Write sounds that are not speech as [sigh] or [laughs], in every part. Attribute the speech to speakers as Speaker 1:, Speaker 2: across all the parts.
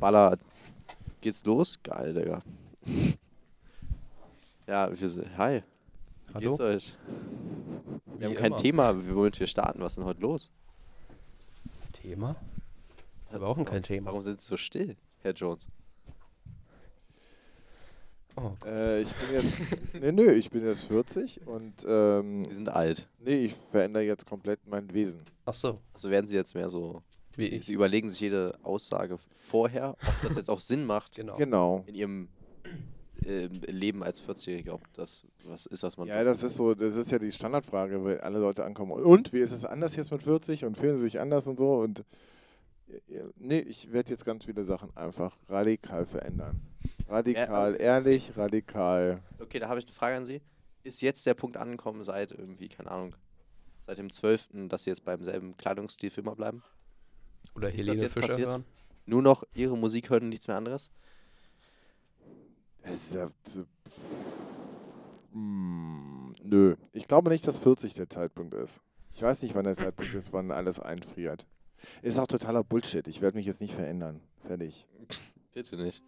Speaker 1: Baller. Geht's los? Geil, Digga. [laughs] Ja, wir sind. Hi. Wie
Speaker 2: Hallo?
Speaker 1: geht's euch? Wir
Speaker 2: Wie
Speaker 1: haben kein
Speaker 2: immer.
Speaker 1: Thema, womit wir starten. Was ist denn heute los?
Speaker 2: Thema? Wir brauchen kein Thema.
Speaker 1: Warum sind Sie so still, Herr Jones?
Speaker 2: Oh,
Speaker 3: Äh, ich bin jetzt. [laughs] nee, nö, ich bin jetzt 40 und ähm,
Speaker 1: Sie sind alt.
Speaker 3: nee, ich verändere jetzt komplett mein Wesen.
Speaker 2: ach so,
Speaker 1: Also werden Sie jetzt mehr so.
Speaker 2: wie ich.
Speaker 1: Sie überlegen sich jede Aussage vorher, ob das jetzt auch Sinn macht
Speaker 2: Genau.
Speaker 3: Genau.
Speaker 1: in Ihrem ähm, Leben als 40-Jähriger, ob das was ist, was man.
Speaker 3: Ja, das ist so, das ist ja die Standardfrage, weil alle Leute ankommen. Und wie ist es anders jetzt mit 40 und fühlen sie sich anders und so und ja, nee, ich werde jetzt ganz viele Sachen einfach radikal verändern. Radikal ehrlich, radikal.
Speaker 1: Okay, da habe ich eine Frage an Sie. Ist jetzt der Punkt angekommen seit irgendwie, keine Ahnung, seit dem 12., dass Sie jetzt beim selben Kleidungsstil für immer bleiben?
Speaker 2: Oder
Speaker 1: Ist das
Speaker 2: Helene
Speaker 1: jetzt
Speaker 2: Fischer
Speaker 1: passiert?
Speaker 2: hören.
Speaker 1: Nur noch Ihre Musik hören, nichts mehr anderes?
Speaker 3: Das ist ja, hm, nö, ich glaube nicht, dass 40 der Zeitpunkt ist. Ich weiß nicht, wann der Zeitpunkt ist, wann alles einfriert. Ist auch totaler Bullshit. Ich werde mich jetzt nicht verändern. Fertig.
Speaker 1: Bitte nicht.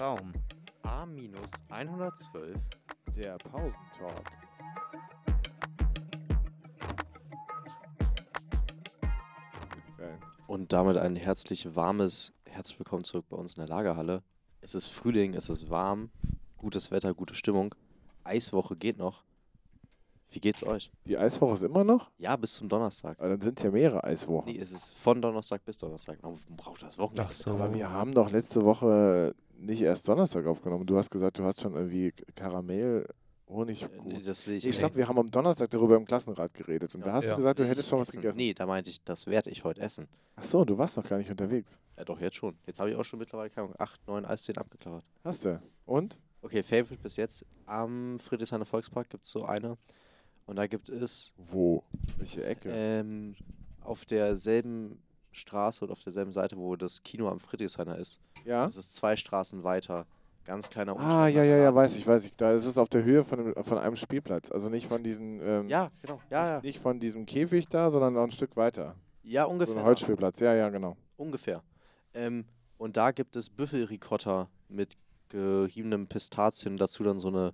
Speaker 4: Raum A-112.
Speaker 3: Der Pausentalk. Geil.
Speaker 1: Und damit ein herzlich warmes Herzlich willkommen zurück bei uns in der Lagerhalle. Es ist Frühling, es ist warm, gutes Wetter, gute Stimmung. Eiswoche geht noch. Wie geht's euch?
Speaker 3: Die Eiswoche ist immer noch?
Speaker 1: Ja, bis zum Donnerstag.
Speaker 3: Aber dann sind es ja mehrere Eiswochen.
Speaker 1: Nee, es ist von Donnerstag bis Donnerstag. Man braucht das Wochenende.
Speaker 2: Ach so.
Speaker 3: Aber wir haben doch letzte Woche nicht erst Donnerstag aufgenommen. Du hast gesagt, du hast schon irgendwie Karamell, Honig.
Speaker 1: Äh, Nee, das will ich
Speaker 3: Ich
Speaker 1: nicht.
Speaker 3: glaube, wir haben am Donnerstag darüber im Klassenrat geredet und da
Speaker 1: Ja.
Speaker 3: hast
Speaker 2: Ja.
Speaker 3: du gesagt, du hättest schon was
Speaker 1: Essen.
Speaker 3: gegessen.
Speaker 1: Nee, da meinte ich, das werde ich heute essen.
Speaker 3: Ach so, du warst noch gar nicht unterwegs.
Speaker 1: Ja, doch, jetzt schon. Jetzt habe ich auch schon mittlerweile, keine Ahnung, acht, neun Eisdielen abgeklappert.
Speaker 3: Hast du? Und?
Speaker 1: Okay, Favorite bis jetzt. Am Friedrichshainer Volkspark gibt es so eine. Und da gibt es
Speaker 3: Wo? Welche Ecke?
Speaker 1: ähm, auf derselben Straße oder auf derselben Seite, wo das Kino am Friedrichshainer ist.
Speaker 3: ja?
Speaker 1: Das ist zwei Straßen weiter. Ganz kleiner
Speaker 3: Ah, ja,
Speaker 1: Umständer-
Speaker 3: ja, ja, weiß ich, weiß ich. Da ist es auf der Höhe von, einem- von einem Spielplatz. Also nicht von diesem, ähm,
Speaker 1: Ja, genau. Ja, ja.
Speaker 3: nicht von diesem Käfig da, sondern noch ein Stück weiter.
Speaker 1: Ja,
Speaker 3: So
Speaker 1: ungefähr.
Speaker 3: ein Holzspielplatz, ja, ja, genau.
Speaker 1: Ungefähr. Ähm, und da gibt es Büffelricotta mit geriebenem Pistazien, dazu dann so eine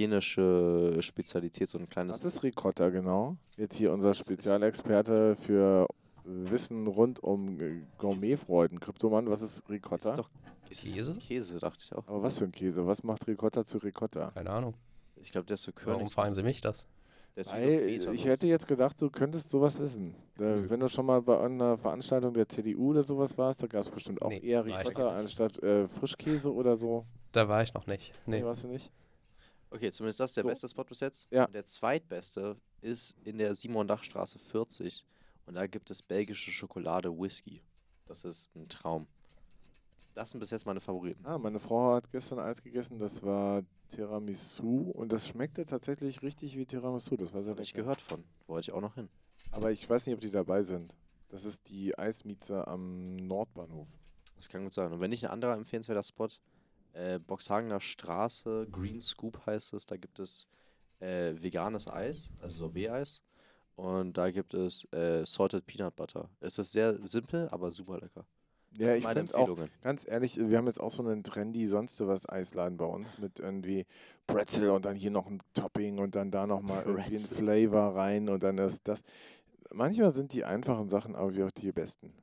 Speaker 1: italienische Spezialität, so ein kleines.
Speaker 3: Das ist Ricotta, genau. Jetzt hier unser Spezialexperte für Wissen rund um äh, Gourmetfreuden. Kryptomann, was ist
Speaker 1: ist
Speaker 3: Ricotta?
Speaker 1: doch ist es
Speaker 2: Käse?
Speaker 1: Käse, dachte ich auch.
Speaker 3: Aber was für ein Käse? Was macht Ricotta zu Ricotta?
Speaker 2: Keine Ahnung.
Speaker 1: Ich glaube, der ist so
Speaker 2: Warum
Speaker 1: König.
Speaker 2: fragen Sie mich das?
Speaker 1: Der ist wie so
Speaker 3: Weil
Speaker 1: Feta,
Speaker 3: ich
Speaker 1: so.
Speaker 3: hätte jetzt gedacht, du könntest sowas wissen. Da,
Speaker 2: Nö.
Speaker 3: wenn du schon mal bei einer Veranstaltung der CDU oder sowas warst, da gab es bestimmt auch
Speaker 2: Nee,
Speaker 3: eher
Speaker 2: war ich
Speaker 3: Ricotta
Speaker 2: nicht.
Speaker 3: anstatt äh, Frischkäse oder so.
Speaker 2: Da war ich noch nicht.
Speaker 3: Nee,
Speaker 2: Nee.
Speaker 3: warst du nicht?
Speaker 1: Okay, zumindest das ist der
Speaker 3: So.
Speaker 1: beste Spot bis jetzt.
Speaker 3: Ja.
Speaker 1: Und der zweitbeste ist in der Simon-Dach-Straße 40. Und da gibt es belgische Schokolade Whisky. Das ist ein Traum. Das sind bis jetzt meine Favoriten.
Speaker 3: Ah, meine Frau hat gestern Eis gegessen, das war Tiramisu und das schmeckte tatsächlich richtig wie Tiramisu. Das war sehr
Speaker 1: Habe ich
Speaker 3: lecker.
Speaker 1: gehört von. Wollte ich auch noch hin.
Speaker 3: Aber ich weiß nicht, ob die dabei sind. Das ist die Eismieze am Nordbahnhof.
Speaker 1: Das kann gut sein. Und wenn nicht ein anderer empfehlenswerter Spot, äh, Boxhagener Straße, Green Scoop heißt es, da gibt es äh, veganes Eis, also Sorbet-Eis. Und da gibt es äh, Salted Peanut Butter. Es ist sehr simpel, aber super lecker. Das
Speaker 3: Ja,
Speaker 1: sind
Speaker 3: ich
Speaker 1: meine
Speaker 3: finde auch,
Speaker 1: Empfehlungen.
Speaker 3: Ganz ehrlich, wir haben jetzt auch so einen trendy sonst was Eisladen bei uns mit irgendwie Pretzel und dann hier noch ein Topping und dann da nochmal irgendwie ein
Speaker 1: Pretzel.
Speaker 3: Flavor rein und dann ist das. Manchmal sind die einfachen Sachen aber wie auch die besten.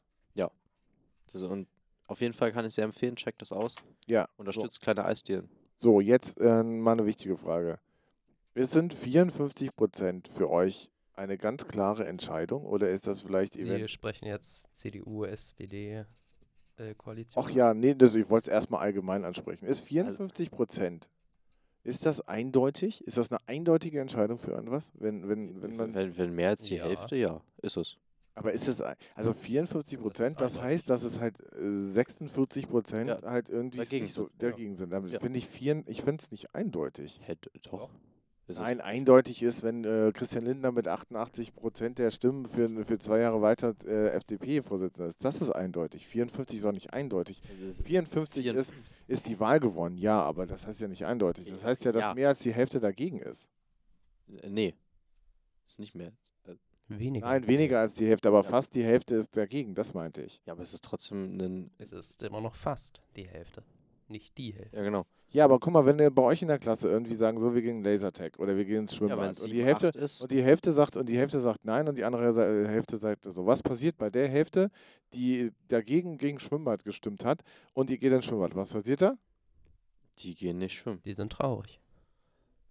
Speaker 1: Das, und auf jeden Fall kann ich sehr empfehlen, checkt das aus.
Speaker 3: Ja.
Speaker 1: Unterstützt kleine Eisdielen.
Speaker 3: So, jetzt äh, mal eine wichtige Frage. Es sind 54 Prozent für euch eine ganz klare Entscheidung oder ist das vielleicht
Speaker 2: Sie
Speaker 3: eventuell.
Speaker 2: sprechen jetzt CDU, SPD, äh, Koalition.
Speaker 3: Ach ja, nee, das, ich wollte es erstmal allgemein ansprechen.
Speaker 1: Also
Speaker 3: Ist 54 Prozent. Ist das eindeutig? Ist das eine eindeutige Entscheidung für irgendwas? Wenn, wenn, wenn man
Speaker 1: Wenn, wenn, mehr als die
Speaker 2: Ja.
Speaker 1: Hälfte, ja, ist es.
Speaker 3: Aber ist es, ein- also 44 Prozent, das,
Speaker 2: eindeutig.
Speaker 3: heißt, dass es halt äh, 46 Prozent
Speaker 1: Ja,
Speaker 3: halt irgendwie
Speaker 1: dagegen
Speaker 3: nicht so
Speaker 1: sind, ja.
Speaker 3: dagegen sind. Damit
Speaker 1: Ja.
Speaker 3: finde ich vier, ich finde es nicht eindeutig.
Speaker 1: Hätte, doch.
Speaker 2: Doch.
Speaker 1: Ist es-
Speaker 3: Nein, eindeutig ist, wenn äh, Christian Lindner mit 88 Prozent der Stimmen für, für zwei Jahre weiter äh, FDP-Vorsitzender ist. Das ist eindeutig. 54 ist auch nicht eindeutig.
Speaker 1: es ist-
Speaker 3: 54
Speaker 1: Vier-
Speaker 3: ist, ist die Wahl gewonnen, ja, aber das heißt ja nicht eindeutig. Das heißt ja, dass
Speaker 1: Ja.
Speaker 3: mehr als die Hälfte dagegen ist.
Speaker 1: äh, Nee. Ist nicht mehr. Äh,
Speaker 2: Weniger.
Speaker 3: Nein, weniger als die Hälfte, aber
Speaker 1: Ja.
Speaker 3: fast die Hälfte ist dagegen, das meinte ich.
Speaker 1: Ja, aber es ist trotzdem ein.
Speaker 2: Es ist immer noch fast die Hälfte. Nicht die Hälfte.
Speaker 1: Ja, genau.
Speaker 3: Ja, aber guck mal, wenn ihr bei euch in der Klasse irgendwie sagen, so, wir gehen Lasertag oder wir gehen ins
Speaker 1: Ja,
Speaker 3: Schwimmbad
Speaker 1: wenn es
Speaker 3: und die Hälfte
Speaker 1: ist.
Speaker 3: und die Hälfte sagt und die Hälfte sagt nein und die andere Sa- äh, Hälfte sagt so, was passiert bei der Hälfte, die dagegen gegen Schwimmbad gestimmt hat und die geht ins Schwimmbad. Was passiert da?
Speaker 1: Die gehen nicht schwimmen.
Speaker 2: Die sind traurig.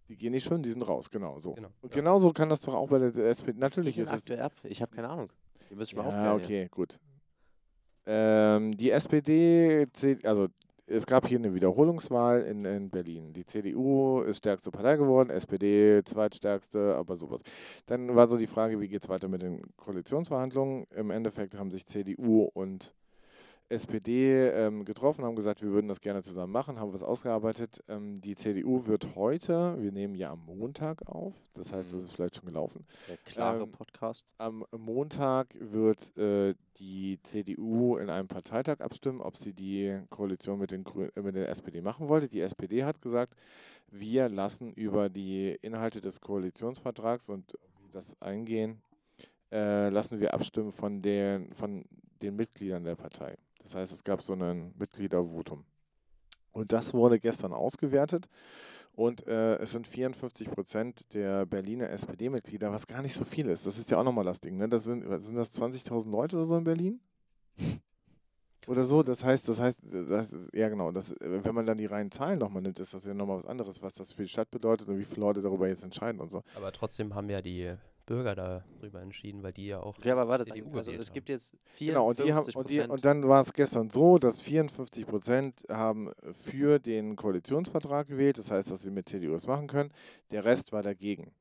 Speaker 3: Die gehen nicht schwimmen, die sind raus, genau so.
Speaker 2: Genau.
Speaker 3: Und
Speaker 2: Ja.
Speaker 3: genauso kann das doch auch bei der SPD. Natürlich
Speaker 1: Ich
Speaker 3: ist es
Speaker 1: aktuell ab. Ich habe keine Ahnung. Ihr müsst mal
Speaker 3: Ja,
Speaker 1: aufklären. hier.
Speaker 3: okay, gut. Ähm, die SPD, zählt- also es gab hier eine Wiederholungswahl in, in Berlin. Die CDU ist stärkste Partei geworden, SPD zweitstärkste, aber sowas. Dann war so die Frage, wie geht es weiter mit den Koalitionsverhandlungen? Im Endeffekt haben sich CDU und SPD ähm, getroffen, haben gesagt, wir würden das gerne zusammen machen, haben was ausgearbeitet. Ähm, die CDU wird heute, wir nehmen ja am Montag auf, das heißt,
Speaker 1: Mhm.
Speaker 3: das ist vielleicht schon gelaufen.
Speaker 1: Der klare
Speaker 3: Ähm,
Speaker 1: Podcast.
Speaker 3: Am Montag wird äh, die CDU in einem Parteitag abstimmen, ob sie die Koalition mit, den Grün äh, mit der SPD machen wollte. Die SPD hat gesagt, wir lassen über die Inhalte des Koalitionsvertrags und das Eingehen, äh, lassen wir abstimmen von den, von den Mitgliedern der Partei. Das heißt, es gab so ein Mitgliedervotum. Und das wurde gestern ausgewertet. Und äh, es sind 54 Prozent der Berliner SPD-Mitglieder, was gar nicht so viel ist. Das ist ja auch nochmal das Ding. Ne? Das sind, was sind das 20.000 Leute oder so in Berlin? Oder so, das heißt, das heißt, das ist, ja genau, das, äh, wenn man dann die reinen Zahlen nochmal nimmt, ist das ja nochmal was anderes, was das für die Stadt bedeutet und wie viele Leute darüber jetzt entscheiden und so.
Speaker 2: Aber trotzdem haben ja die Bürger darüber entschieden, weil die ja auch.
Speaker 1: Ja, aber warte,
Speaker 2: CDU
Speaker 1: dann, also
Speaker 2: gewählt
Speaker 1: es
Speaker 2: haben.
Speaker 1: gibt jetzt
Speaker 3: Genau, und, die haben,
Speaker 1: 54
Speaker 3: und, die, und
Speaker 1: Prozent.
Speaker 3: dann war es gestern so, dass 54 Prozent haben für den Koalitionsvertrag gewählt, das heißt, dass sie mit CDU es machen können, der Rest war dagegen.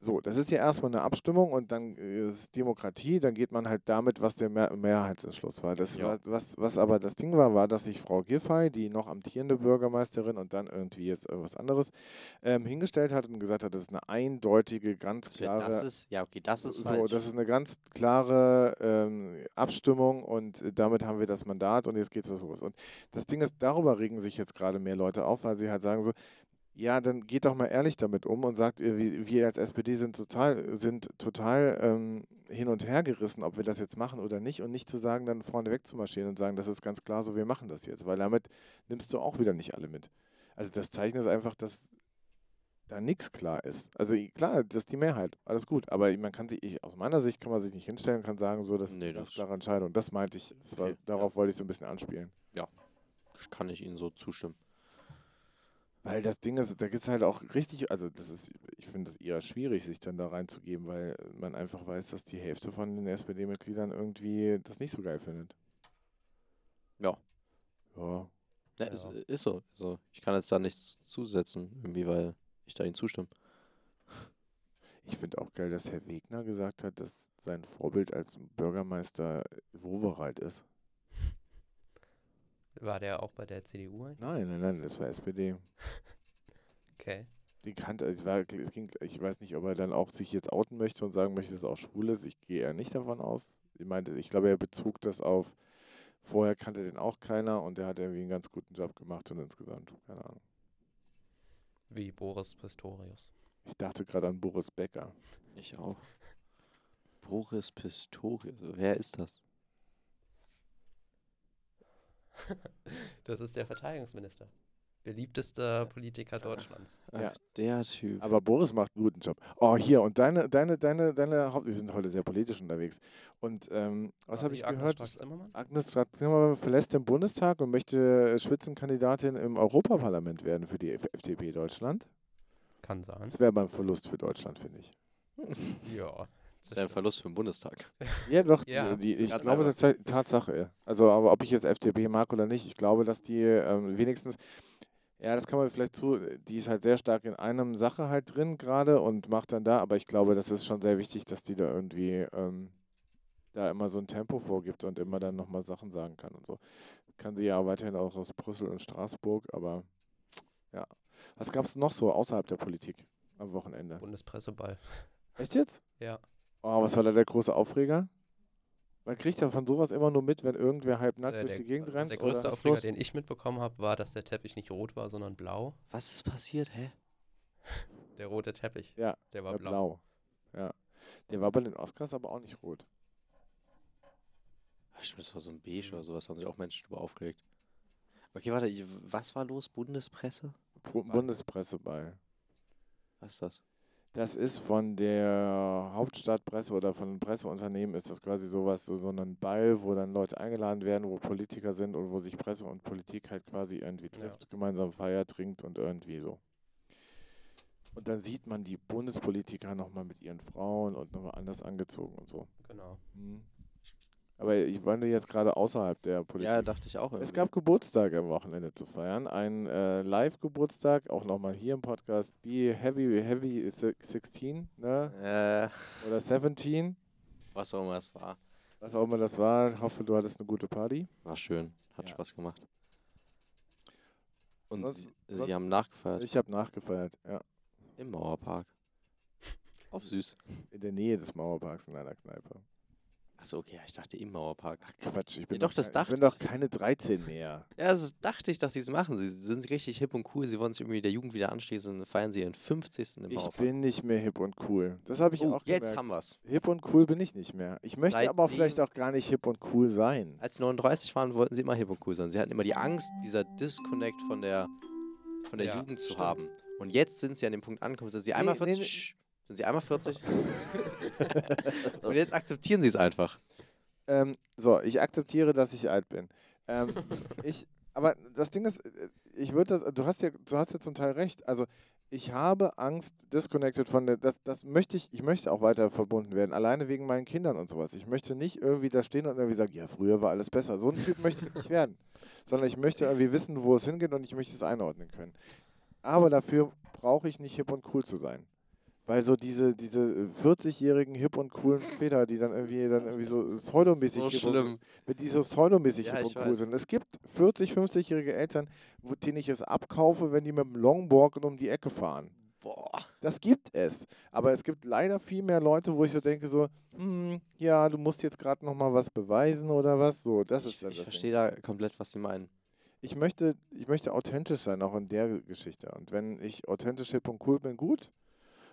Speaker 3: So, das ist ja erstmal eine Abstimmung und dann äh, ist Demokratie, dann geht man halt damit, was der Mehr Mehrheitsentschluss war. Das
Speaker 1: Ja.
Speaker 3: war was, was aber das Ding war, war, dass sich Frau Giffey, die noch amtierende Bürgermeisterin und dann irgendwie jetzt irgendwas anderes, ähm, hingestellt hat und gesagt hat, das ist eine eindeutige, ganz
Speaker 1: Das wär-
Speaker 3: klare
Speaker 1: das ist, ja, okay, das ist
Speaker 3: so,
Speaker 1: falsch.
Speaker 3: das ist eine ganz klare ähm, Abstimmung und äh, damit haben wir das Mandat und jetzt geht's los. Und das Ding ist, darüber regen sich jetzt gerade mehr Leute auf, weil sie halt sagen so, ja, dann geht doch mal ehrlich damit um und sagt, ihr, wie- wir als SPD sind total, sind total ähm, hin und her gerissen, ob wir das jetzt machen oder nicht und nicht zu sagen, dann vorne weg zu marschieren und sagen, das ist ganz klar so, wir machen das jetzt, weil damit nimmst du auch wieder nicht alle mit. Also das Zeichen ist einfach, dass da nichts klar ist. Also i- klar, das ist die Mehrheit, alles gut, aber man kann sich, ich, aus meiner Sicht kann man sich nicht hinstellen und kann sagen, so, das
Speaker 1: Nee,
Speaker 3: ist eine ganz
Speaker 1: das-
Speaker 3: klare Entscheidung. Das meinte ich, das war,
Speaker 1: Okay, ja.
Speaker 3: darauf wollte ich so ein bisschen anspielen.
Speaker 1: Kann ich Ihnen so zustimmen.
Speaker 3: Weil das Ding ist, da gibt es halt auch richtig, also das ist, ich finde es eher schwierig, sich dann da reinzugeben, weil man einfach weiß, dass die Hälfte von den SPD-Mitgliedern irgendwie das nicht so geil findet.
Speaker 1: Ja.
Speaker 3: Ja.
Speaker 1: Ne, ist,
Speaker 2: Ja.
Speaker 1: ist so. Also, ich kann jetzt da nichts zusetzen, irgendwie, weil ich da Ihnen zustimme.
Speaker 3: Ich finde auch geil, dass Herr Wegner gesagt hat, dass sein Vorbild als Bürgermeister Wovereit ist.
Speaker 2: War der auch bei der CDU? ein?
Speaker 3: Nein, nein, nein, das war SPD.
Speaker 2: Okay.
Speaker 3: Die kannte, es war, es ging, ich weiß nicht, ob er dann auch sich jetzt outen möchte und sagen möchte, dass er auch schwul ist. Ich gehe eher nicht davon aus. Ich meinte, ich glaube, er bezog das auf, vorher kannte den auch keiner und der hat irgendwie einen ganz guten Job gemacht und insgesamt, keine Ahnung.
Speaker 2: Wie Boris Pistorius.
Speaker 3: Ich dachte gerade an Boris Becker.
Speaker 1: Ich auch. Boris Pistorius. Wer ist das?
Speaker 2: [laughs] Das ist der Verteidigungsminister. Beliebtester
Speaker 3: Ah.
Speaker 2: Politiker Deutschlands.
Speaker 1: Ach,
Speaker 3: Ja.
Speaker 1: der Typ.
Speaker 3: Aber Boris macht einen guten Job. Oh, hier, und deine, deine, deine, deine Haupt... Wir sind heute sehr politisch unterwegs. Und ähm, was
Speaker 2: War
Speaker 3: habe
Speaker 2: die
Speaker 3: ich
Speaker 2: Agnes
Speaker 3: gehört?
Speaker 2: Strack-Zimmermann?
Speaker 3: Agnes Strack-Zimmermann verlässt den Bundestag und möchte Spitzenkandidatin im Europaparlament werden für die FDP Deutschland.
Speaker 2: Kann sein.
Speaker 3: Das wäre beim Verlust für Deutschland, finde ich.
Speaker 2: Ja.
Speaker 1: Das wäre ein Verlust für den Bundestag.
Speaker 3: Ja, doch,
Speaker 2: Ja,
Speaker 3: die, die, ich
Speaker 1: ganz
Speaker 3: glaube,
Speaker 1: einfach.
Speaker 3: das ist halt Tatsache. ja. Also, aber ob ich jetzt FDP mag oder nicht, ich glaube, dass die ähm, wenigstens, ja, das kann man vielleicht zu, die ist halt sehr stark in einem Sache halt drin gerade und macht dann da, aber ich glaube, das ist schon sehr wichtig, dass die da irgendwie ähm, da immer so ein Tempo vorgibt und immer dann nochmal Sachen sagen kann und so. Kann sie ja weiterhin auch aus Brüssel und Straßburg, aber ja. Was gab es noch so außerhalb der Politik? am Wochenende.
Speaker 2: Bundespresseball.
Speaker 3: Echt jetzt?
Speaker 2: Ja.
Speaker 3: Oh, was war da der große Aufreger? Man kriegt ja von sowas immer nur mit, wenn irgendwer halb nass
Speaker 2: Äh,
Speaker 3: durch
Speaker 2: der-
Speaker 3: die Gegend rennt.
Speaker 2: Der
Speaker 3: oder
Speaker 2: größte
Speaker 3: was ist
Speaker 2: Aufreger,
Speaker 3: los?
Speaker 2: den ich mitbekommen habe, war, dass der Teppich nicht rot war, sondern blau.
Speaker 1: Was ist passiert, hä?
Speaker 2: Der rote Teppich.
Speaker 3: Ja,
Speaker 2: Der war
Speaker 3: Ja,
Speaker 2: blau.
Speaker 3: blau. Ja. Der war bei den Oscars aber auch nicht rot.
Speaker 1: Ach, stimmt, das war so ein Beige oder sowas, haben sich auch Menschen drüber aufgeregt. Hm. Okay, warte, ich- was war los? Bundespresse?
Speaker 3: Pro- Bundespresseball.
Speaker 1: Was ist das?
Speaker 3: Das ist von der Hauptstadtpresse oder von Presseunternehmen ist das quasi sowas, so, so ein Ball, wo dann Leute eingeladen werden, wo Politiker sind und wo sich Presse und Politik halt quasi irgendwie
Speaker 2: Ja.
Speaker 3: trifft, gemeinsam Feier trinkt und irgendwie so. Und dann sieht man die Bundespolitiker nochmal mit ihren Frauen und nochmal anders angezogen und so.
Speaker 2: Genau.
Speaker 3: Mhm. Aber ich war nur jetzt gerade außerhalb der Politik.
Speaker 1: Ja, dachte ich auch.
Speaker 3: Es
Speaker 1: irgendwie.
Speaker 3: gab Geburtstag am Wochenende zu feiern. Ein äh, Live-Geburtstag, auch nochmal hier im Podcast. Be Happy, be Happy is si- 16, ne?
Speaker 1: Äh,
Speaker 3: Oder 17,
Speaker 1: was auch immer es war.
Speaker 3: was auch immer das war. Ich hoffe, du hattest eine gute Party.
Speaker 1: War schön, hat
Speaker 3: Ja.
Speaker 1: Spaß gemacht. Und
Speaker 3: Sonst-
Speaker 1: sie,
Speaker 3: sonst-
Speaker 1: sie haben nachgefeiert
Speaker 3: Ich habe nachgefeiert, ja.
Speaker 1: im Mauerpark. Auf süß.
Speaker 3: In der Nähe des Mauerparks in einer Kneipe.
Speaker 1: Achso, okay, ja, ich dachte im Mauerpark.
Speaker 3: Quatsch, ich
Speaker 1: Ja,
Speaker 3: bin,
Speaker 1: doch, das
Speaker 3: kein, ich
Speaker 1: dachte
Speaker 3: bin doch keine 13 mehr.
Speaker 1: Ja, das dachte ich, dass sie es machen. Sie sind richtig hip und cool. Sie wollen sich irgendwie der Jugend wieder anschließen. Feiern sie ihren 50. [laughs] im
Speaker 3: Ich
Speaker 1: Mauerpark.
Speaker 3: bin nicht mehr hip und cool. Das habe ich
Speaker 1: oh,
Speaker 3: auch gemerkt.
Speaker 1: jetzt haben wir's.
Speaker 3: hip und cool bin ich nicht mehr. Ich möchte aber
Speaker 1: Seitdem-
Speaker 3: vielleicht auch gar nicht hip und cool sein.
Speaker 1: Als sie 39 waren, wollten sie immer hip und cool sein. Sie hatten immer die Angst, dieser Disconnect von der, von der
Speaker 2: Ja,
Speaker 1: Jugend zu
Speaker 2: stimmt.
Speaker 1: haben. Und jetzt sind sie an dem Punkt angekommen. Sind sie einmal
Speaker 3: Nee, nee,
Speaker 1: 40? Sch, sind sie einmal
Speaker 3: [laughs]
Speaker 1: 40? und jetzt akzeptieren sie es einfach.
Speaker 3: Ähm, so, ich akzeptiere, dass ich alt bin. Ähm, ich, aber das Ding ist, äh, ich würde das, du hast ja, du hast ja zum Teil recht. Also ich habe Angst, disconnected von der, das, das möchte ich, ich möchte auch weiter verbunden werden, alleine wegen meinen Kindern und sowas. Ich möchte nicht irgendwie da stehen und irgendwie sagen, ja, früher war alles besser. So ein Typ möchte ich nicht werden, sondern ich möchte irgendwie wissen, wo es hingeht und ich möchte es einordnen können. Aber dafür brauche ich nicht hip und cool zu sein. Weil so diese, diese 40-jährigen hip und coolen Väter, die dann irgendwie dann irgendwie so pseudomäßig
Speaker 1: So
Speaker 3: hip und-
Speaker 1: schlimm.
Speaker 3: mit die so pseudomäßig
Speaker 1: Ja,
Speaker 3: hip
Speaker 1: ich
Speaker 3: und cool
Speaker 1: weiß.
Speaker 3: sind. Es gibt 40, 50-jährige Eltern, wo, denen ich es abkaufe, wenn die mit dem Longboard um die Ecke fahren.
Speaker 1: Boah.
Speaker 3: Das gibt es. Aber es gibt leider viel mehr Leute, wo ich so denke, so, hm, ja, du musst jetzt gerade nochmal was beweisen oder was. So, das ist
Speaker 1: Ich,
Speaker 3: dann
Speaker 1: ich
Speaker 3: das
Speaker 1: verstehe da komplett, was sie meinen.
Speaker 3: ich möchte, ich möchte authentisch sein, auch in der Geschichte. Und wenn ich authentisch hip und cool bin, gut.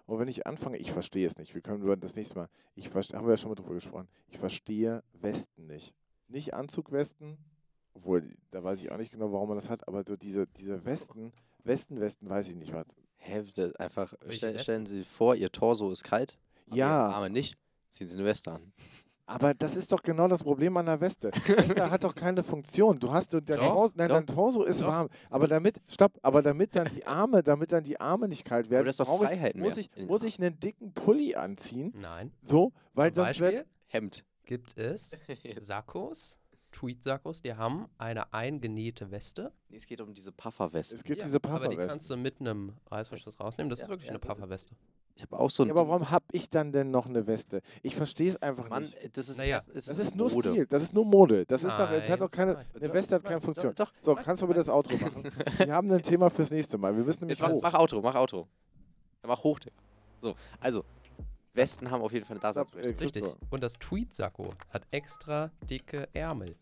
Speaker 3: Und wenn ich anfange, ich verstehe es nicht. Wir können über das nächste Mal. Ich verstehe, haben wir ja schon mal drüber gesprochen. Ich verstehe Westen nicht. Nicht Anzugwesten, obwohl, da weiß ich auch nicht genau, warum man das hat, aber so diese, diese Westen, Westen, Westen, weiß ich nicht was.
Speaker 1: Hä, das einfach
Speaker 2: Welche
Speaker 1: stell,
Speaker 2: Weste?
Speaker 1: stellen Sie vor, Ihr Torso ist kalt, aber
Speaker 3: Ja.
Speaker 1: Ihre Arme nicht. Ziehen Sie eine Weste an.
Speaker 3: Aber das ist doch genau das Problem an der Weste. Weste hat doch keine Funktion. Du hast du- dein,
Speaker 2: Doch,
Speaker 3: Torso, nein,
Speaker 2: doch,
Speaker 3: dein Torso ist
Speaker 2: doch.
Speaker 3: warm. Aber damit, stopp, aber damit dann die Arme, damit dann die Arme nicht kalt werden,
Speaker 1: Aber das ist doch
Speaker 3: brauche ich-
Speaker 1: Freiheit mehr.
Speaker 3: muss ich, muss ich einen dicken Pulli anziehen?
Speaker 2: Nein.
Speaker 3: So, weil
Speaker 2: Zum
Speaker 3: sonst wird.
Speaker 2: Beispiel
Speaker 1: Hemd.
Speaker 2: gibt
Speaker 1: [laughs]
Speaker 2: es Sakkos, Tweed-Sakkos, die haben eine eingenähte Weste.
Speaker 1: Nee, es geht um diese Pufferweste.
Speaker 3: Es gibt
Speaker 2: Ja,
Speaker 3: diese
Speaker 2: Aber die kannst
Speaker 3: Pufferwesten.
Speaker 2: du mit einem Reißverschluss rausnehmen. Das
Speaker 1: Ja,
Speaker 2: ist wirklich
Speaker 1: ja,
Speaker 2: eine
Speaker 1: das-
Speaker 2: Pufferweste.
Speaker 1: Ich habe auch so ein
Speaker 3: Ja, aber
Speaker 1: Ding.
Speaker 3: warum habe ich dann denn noch eine Weste? Ich verstehe es einfach
Speaker 1: Mann,
Speaker 3: nicht.
Speaker 1: äh, das ist,
Speaker 2: Naja,
Speaker 1: das ist,
Speaker 3: Das ist nur Stil,
Speaker 1: Mode.
Speaker 3: das ist nur Mode. Das ist doch, jetzt
Speaker 2: Nein,
Speaker 3: hat doch keine,
Speaker 2: nein.
Speaker 3: eine Weste hat keine
Speaker 1: Doch,
Speaker 3: Funktion.
Speaker 1: Doch,
Speaker 3: So,
Speaker 2: nein,
Speaker 3: kannst du bitte
Speaker 2: nein.
Speaker 3: das Outro machen? Wir haben ein Thema fürs nächste Mal. Wir müssen nämlich
Speaker 1: Jetzt mach,
Speaker 3: hoch.
Speaker 1: mach Outro, mach Outro. Ja, mach hoch, Digga. So, also, Westen haben auf jeden Fall eine
Speaker 3: Äh,
Speaker 1: Daseinsberechtigung.
Speaker 2: Richtig.
Speaker 3: Krypto.
Speaker 2: Und das Tweed-Sakko hat extra dicke Ärmel.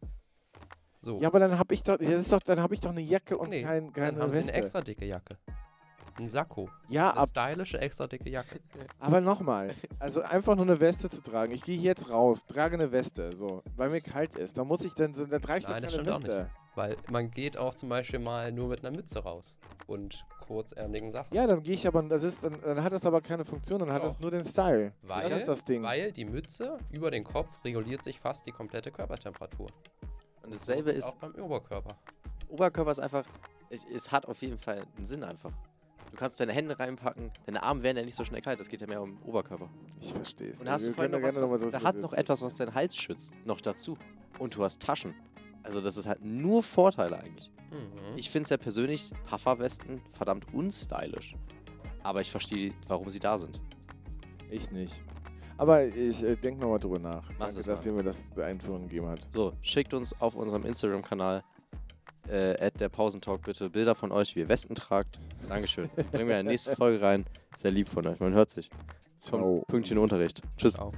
Speaker 2: So.
Speaker 3: Ja, aber dann habe ich doch, das ist doch, dann habe ich doch eine Jacke und
Speaker 2: Nee,
Speaker 3: kein,
Speaker 2: dann haben
Speaker 3: keine
Speaker 2: sie
Speaker 3: Weste.
Speaker 2: eine extra dicke Jacke. Ein Sakko.
Speaker 3: ja,
Speaker 2: Eine
Speaker 3: ab,
Speaker 2: stylische, extra dicke Jacke.
Speaker 3: aber nochmal. Also einfach nur eine Weste zu tragen. Ich gehe jetzt raus, trage eine Weste, so, weil mir kalt ist. Da muss ich dann, dann trage ich
Speaker 2: Nein,
Speaker 3: doch
Speaker 2: das stimmt
Speaker 3: keine
Speaker 2: auch
Speaker 3: Weste.
Speaker 2: Weil man geht auch zum Beispiel mal nur mit einer Mütze raus. Und kurzärmeligen Sachen.
Speaker 3: Ja, dann gehe ich aber, das ist, dann, dann hat das aber keine Funktion, dann hat das
Speaker 2: Doch.
Speaker 3: nur den Style.
Speaker 2: Weil,
Speaker 3: das ist das Ding.
Speaker 2: weil die Mütze über den Kopf reguliert sich fast die komplette Körpertemperatur.
Speaker 3: äh,
Speaker 1: Und dasselbe
Speaker 2: das
Speaker 1: ist,
Speaker 2: auch beim Oberkörper.
Speaker 1: Oberkörper ist einfach, es, es hat auf jeden Fall einen Sinn einfach. Du kannst deine Hände reinpacken, deine Arme werden ja nicht so schnell kalt, das geht ja mehr um den Oberkörper.
Speaker 3: ich verstehe es.
Speaker 1: Und hast du
Speaker 3: Wir
Speaker 1: vorhin noch
Speaker 3: können
Speaker 1: was,
Speaker 3: gerne
Speaker 1: was
Speaker 3: nochmal
Speaker 1: da
Speaker 3: das-
Speaker 1: hat noch etwas, was deinen Hals schützt, noch dazu. Und du hast Taschen. Also das ist halt nur Vorteile eigentlich.
Speaker 2: Mhm.
Speaker 1: Ich finde es ja persönlich, Pufferwesten, verdammt unstylisch. Aber ich verstehe, warum sie da sind.
Speaker 3: Ich nicht. Aber ich äh, denke nochmal drüber nach. Danke,
Speaker 1: es
Speaker 3: dass
Speaker 1: mal.
Speaker 3: ihr mir das zur Einführung gegeben habt.
Speaker 1: So, schickt uns auf unserem Instagram-Kanal äh, at der Pausentalk bitte Bilder von euch, wie ihr Westen tragt. Dankeschön. Die bringen wir in der nächsten Folge rein. Sehr lieb von euch. Man hört sich. Kommt,
Speaker 3: Ciao.
Speaker 1: Pünktchen Unterricht. Tschüss.
Speaker 2: Ciao.